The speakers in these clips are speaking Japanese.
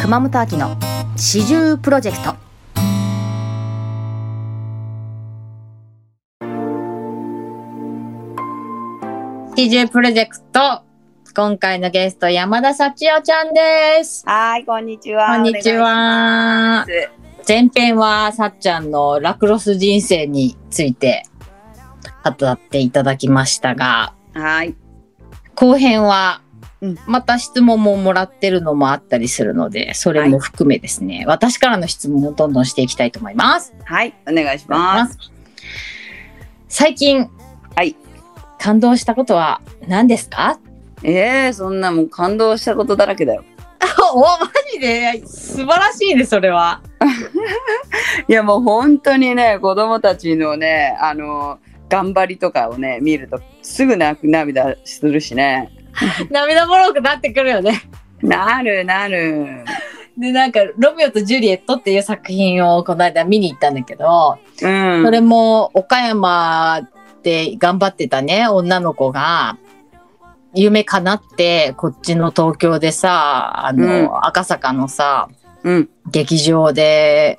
熊本秋の始終プロジェクト始終プロジェクト今回のゲスト山田幸代ちゃんですはい、こんにちは。こんにちはお願いしま前編はさっちゃんのラクロス人生について語っていただきましたがす。はい。後編はうんまた質問ももらってるのもあったりするのでそれも含めですね、私からの質問をどんどんしていきたいと思います。はい、お願いします。最近、はい感動したことは何ですかえー、そんなもう感動したことだらけだよ。 おマジで素晴らしいねそれは。いや、もう本当にね、子供たちのね、あの、頑張りとかをね、見ると、すぐ泣く涙するしね。涙もろくなってくるよね。なるなる。 で、なんか、ロミオとジュリエットっていう作品をこの間見に行ったんだけど、うん。それも岡山で頑張ってたね、女の子が、夢叶って、こっちの東京でさ、あの、うん赤坂のさ、うん。劇場で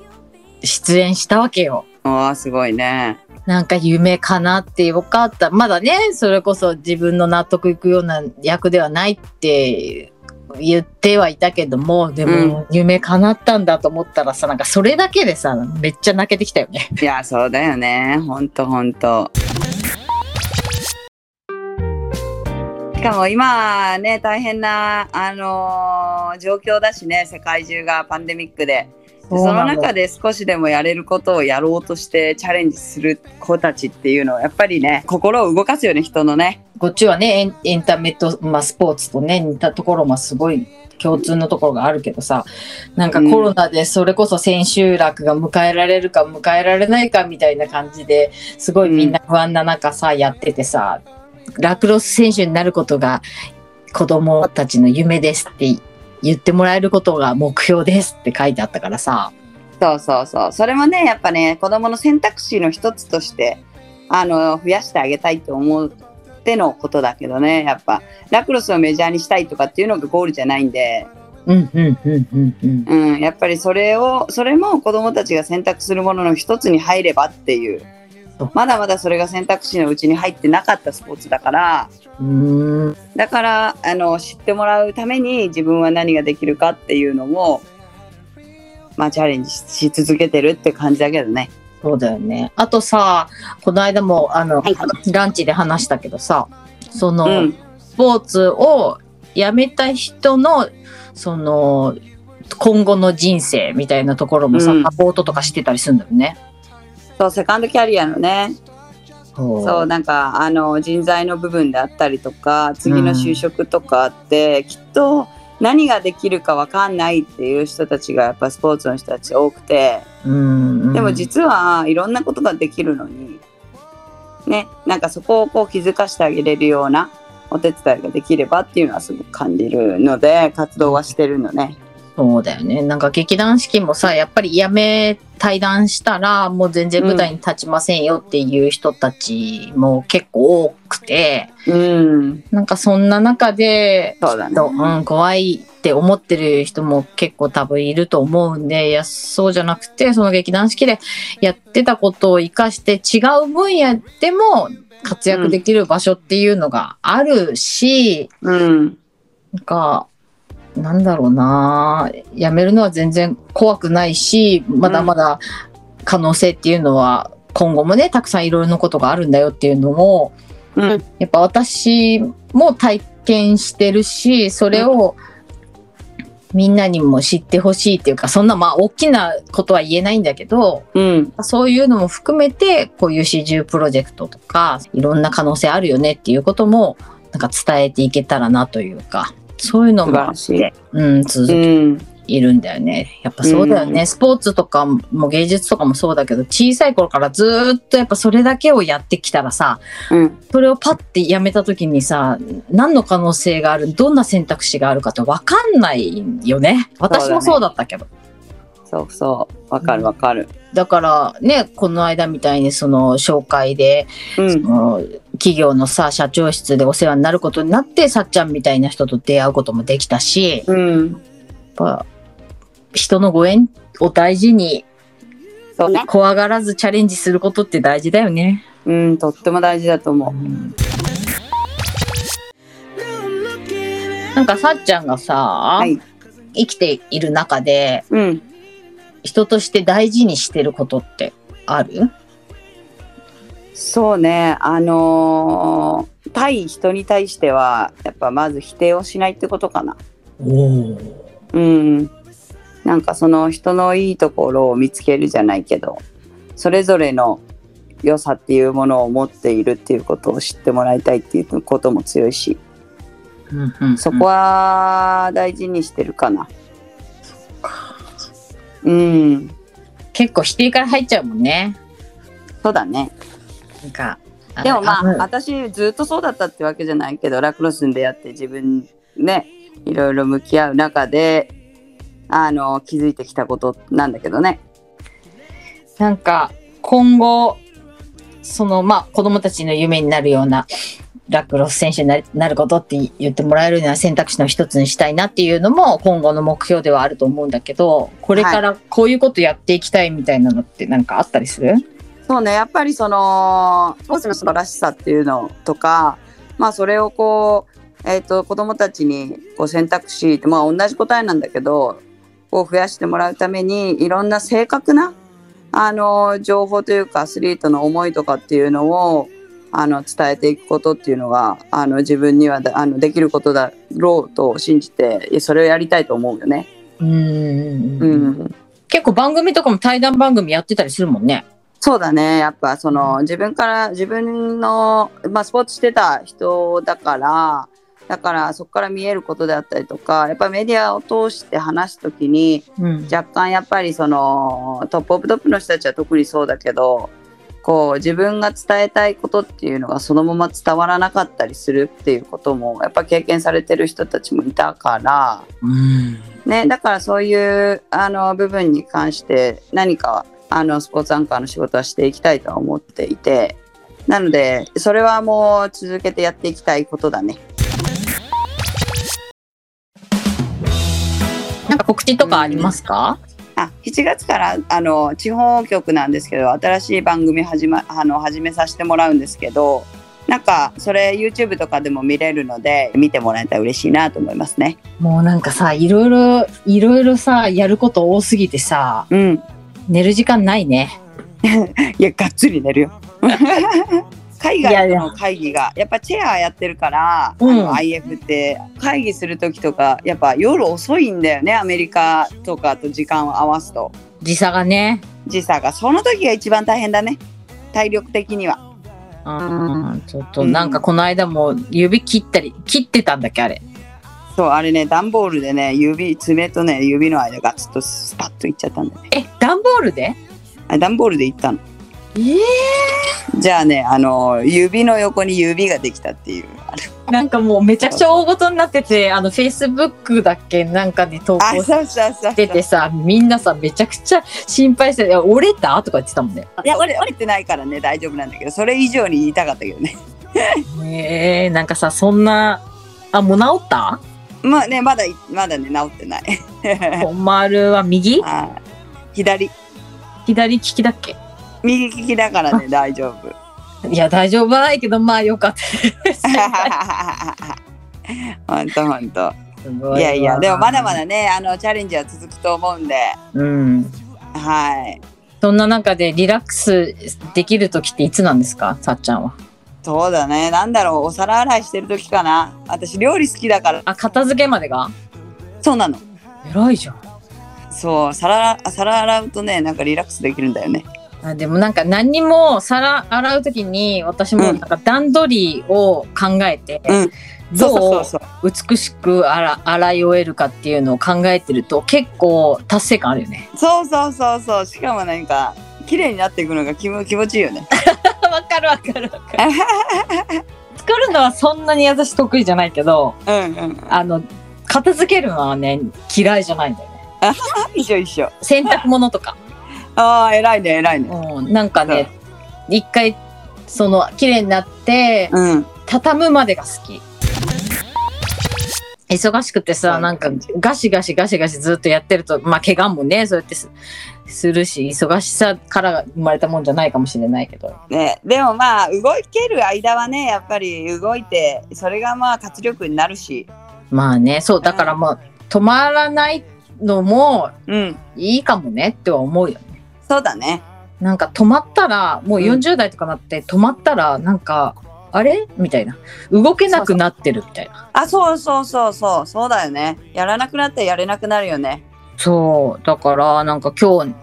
出演したわけよ。ああ、すごいね。なんか夢叶ってよかった。まだね、それこそ自分の納得いくような役ではないって言ってはいたけども、でも夢叶ったんだと思ったらさ、なんかそれだけでさ、めっちゃ泣けてきたよね。いや、そうだよね。ほんとほんと。しかも今ね、大変な、あのー状況だしね、世界中がパンデミックで。でその中でで。少しでもやれることをやろうとしてチャレンジする子たちっていうのはやっぱりね心を動かすよね人のねこっちはね、エンエンタメと、まあ、スポーツとね、似たところもすごい共通のところがあるけどさ、なんかコロナでそれこそ千秋楽が迎えられるか迎えられないかみたいな感じですごいみんな不安な中さ、やっててさ、ラクロス選手になることが子供たちの夢ですって言ってもらえることが目標ですって書いてあったからさ、そうそうそうそれもねやっぱね子どもの選択肢の一つとしてあの増やしてあげたいと思ってのことだけどねやっぱラクロスをメジャーにしたいとかっていうのがゴールじゃないんで、うんうんうんうんうん。うん、やっぱりそれをそれも子どもたちが選択するものの一つに入ればっていうそうまだまだそれが選択肢のうちに入ってなかったスポーツだから。うーんだからあの知ってもらうために自分は何ができるかっていうのを、まあ、チャレンジしし続けてるって感じだけどね。そうだよね。あとさ、この間も、あの、はいランチで話したけどさ、その、うん、スポーツをやめた人の、その、今後の人生みたいなところもさ、うんサポートとかしてたりするんだよね。そうセカンドキャリアのねそそうなんかあの人材の部分であったりとか次の就職とかって、きっと何ができるかわかんないっていう人たちがやっぱスポーツの人たち多くてうん。でも実はいろんなことができるのに、ね、なんかそこをこう気づかしてあげれるようなお手伝いができればっていうのはすごく感じるので活動はしてるのね。そうだよね。なんか劇団四季もさ、やっぱり辞め、退団したら、もう全然舞台に立ちませんよっていう人たちも結構多くて、うん、なんかそんな中で、そうだね。とうん、怖いって思ってる人も結構多分いると思うんで、いや、そうじゃなくて、その劇団四季でやってたことを活かして、違う分野でも活躍できる場所っていうのがあるし、うん、なんか、なんだろうな辞めるのは全然怖くないし、まだまだ可能性っていうのは、今後もね、たくさんいろいろなことがあるんだよっていうのを、うん、やっぱ私も体験してるしそれをみんなにも知ってほしいっていうかそんなまあ大きなことは言えないんだけどうん、そういうのも含めてこういう始終プロジェクトとかいろんな可能性あるよねっていうこともなんか伝えていけたらなというかそういうの素晴もら、しい。うん、続うけてん、いるんだよね。やっぱそうだよね、うスポーツとかも芸術とかもそうだけど小さい頃からずーっとやっぱそれだけをやってきたらさうん、それをパッてやめた時にさ何の可能性があるどんな選択肢があるかって分かんないよね私もそうだったけどだ,、そうそう、わかるわかる。からねこの間みたいにその紹介で、うん、もう企業のさ社長室でお世話になることになってさっちゃんみたいな人と出会うこともできたしやっうん、ぱ人のご縁を大事にそうね。怖がらずチャレンジすることって大事だよね。うん、とっても大事だと思なんかさっちゃんがさ、う。はい。生きている中でうん。人として大事にしてることってあるそうね。あのー対人に対しては、やっぱまず否定をしないってことかな。おうん。なんかその人のいいところを見つけるじゃないけど、それぞれの良さっていうものを持っているっていうことを知ってもらいたいっていうことも強いし、そこは大事にしてるかな。うん。結構否定から入っちゃうもんね。そうだね。なんかでもまあ、うん私ずっとそうだったってわけじゃないけどラクロスに出会って自分ねいろいろ向き合う中であの気づいてきたことなんだけどね。なんか今後そのまあ子供たちの夢になるようなラクロス選手にななることって言ってもらえるような選択肢の一つにしたいなっていうのも今後の目標ではあると思うんだけどこれからこういうことやっていきたいみたいなのってなんかあったりする、そうねやっぱりそのスポーツの素晴らしさっていうのとかまあそれをこう、えー、と子どもたちにこう選択肢ってまあ同じ答えなんだけどを増やしてもらうためにいろんな正確なあの情報というかアスリートの思いとかっていうのをあの伝えていくことっていうのがあの自分にはだあのできることだろうと信じてそれをやりたいと思うよね。うーんうん、結構番組とかも対談番組やってたりするもんね。そうだねやっぱその自分から自分の、まあ、スポーツしてた人だからだからそこから見えることであったりとかやっぱメディアを通して話す時にうん若干やっぱりそのトップオブトップの人たちは特にそうだけどこう自分が伝えたいことっていうのがそのまま伝わらなかったりするっていうこともやっぱ経験されてる人たちもいたから、ね、だからそういうあの部分に関して何かあのスポーツアンカーの仕事はしていきたいとは思っていてなのでそれはもう続けてやっていきたいことだね。なんか告知とかありますか、あ7月からあの地方局なんですけど新しい番組始,、ま、あの始めさせてもらうんですけどなんかそれ YouTube とかでも見れるので見てもらえたら嬉しいなと思いますね。もうなんかさいろいろいろいろさやること多すぎてさうん、寝る時間ないね。いやがっつり寝るよ海外との会議がやっぱチェアやってるから、うんあの IF って会議する時とかやっぱ夜遅いんだよねアメリカとかと時間を合わすと時差がね。時差がその時が一番大変だね体力的には。うん、ちょっとなんかこの間も指切ったり、切ってたんだっけあれ。そうあれね段ボールでね指爪とね指の間がちょっとスパッといっちゃったんだよねえ、段ボールであ段ボールでいったのええじゃあねあの指の横に指ができたっていうあれなんかもうめちゃくちゃ大ごとになってて、あの、Facebook だっけなんかで投稿あしそうそうそうててさ、みんなさ、めちゃくちゃ心配して、いや折れたとか言ってたもんね。いや折れ折れてないからね大丈夫なんだけどそれ以上に言いたかったけどね ええなんかさ、そんな、あ、もう治ったまあねまだまだね治ってない 本丸は右あ左左利きだっけ右利きだから ね大丈夫 いや、大丈夫はないけど、まあよかったです。ほんとほんとすごいやいやわでもまだま。だねあのチャレンジは続くと思うんでうん。はいそんな中でリラックスできる時っていつなんですか、さっちゃんは。そうだね。なんだろう。お皿洗いしてる時かな。私、料理好きだから。あ、片付けまでがそうなの。偉いじゃん。そう。皿、皿洗うとね、なんかリラックスできるんだよね。あでもなんか何にも皿洗う時に私もなんか段取りを考えて、うん。そうそどうそうそう。う美しく洗洗い終えるかっていうのを考えてると結構達成感あるよね。そうそうそうそう。しかもなんか、綺麗になっていくのが気も気持ちいいよね。わかるわかるわかる。作るのはそんなに私得意じゃないけど、うんうん。あの、片付けるのはね、嫌いじゃないんだよね。一緒一緒。洗濯物とか。ああ、偉いね、偉いね。うん、なんかね、一回、その、綺麗になって、うん。畳むまでが好き。忙しくてさ、なんかガシガシガシガシずっとやってると、まあ怪我もね、そうやってすするし、忙しさから生まれたもんじゃないかもしれないけど。ね、でもまあ動ける間はねやっぱり動いてそれがまあ活力になるし、まあね、そう、だからまあ、止まらないのもうん、いいかもねっては思うよね。そうだねなんか止まったら、もううん40代とかなって止まったら、なんか、あれみたいな。動けなくなってるみたいな。あそうそうそうそうそうだよねやらなくなったらやれなくなるよねそう、だからなんか今日、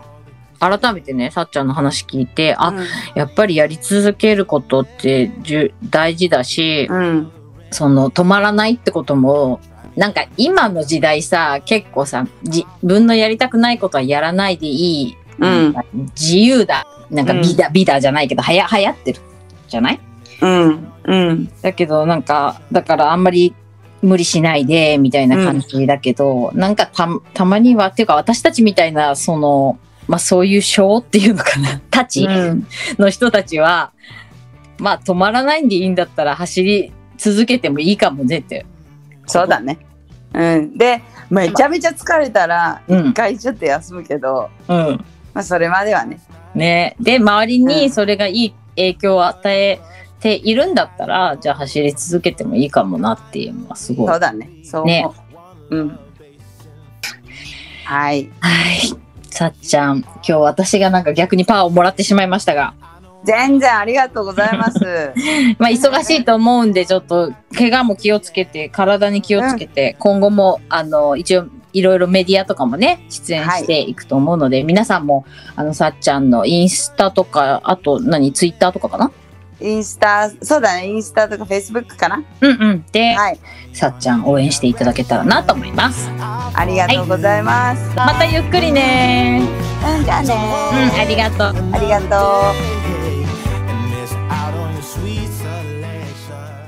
改めてね、さっちゃんの話聞いて、あ、うやっぱりやり続けることってじゅ大事だし、ん、うん、その止まらないってことも、なんか今の時代さ、結構さ、自分のやりたくないことはやらないでいい。うんなんか自由だ。なんかビダ、ビダじゃないけど、はや、流行ってる。じゃないうんうんだけどなんか、だからあんまり無理しないで、みたいな感じだけど、なんかた、たまには、っていうか私たちみたいな、その、まあそういう症っていうのかな、たち、うんの人たちは、まあ止まらないんでいいんだったら走り続けてもいいかもねって。そうだねうんでめちゃめちゃ疲れたらう一ん。回ちょっと休むけど、うん。まあ、それまではねね。で、周りうにんそれがいい影響を与えているんだったら、じゃあ走り続けてもいいかもなっていうのはすごい。そはうだねそう思う、ねうんはいい。さっちゃん、今日私がなんか逆にパワーをもらってしまいましたが、全然ありがとうございます まあ忙しいと思うんで、ちょっと怪我も気をつけて、体に気をつけて、今後も、あの、一応、いろいろメディアとかもね、出演していくと思うので、皆さんも、あの、さっちゃんのインスタとか、あと何、ツイッターとかかなインスタそうだねインスタとかフェイスブックかなうんうん。で、はいさっちゃん応援していただけたらなと思います。ありがとうございます、またゆっくりね。うんじゃあねうん、ありがとう。ありがとう and miss out on your sweet selection.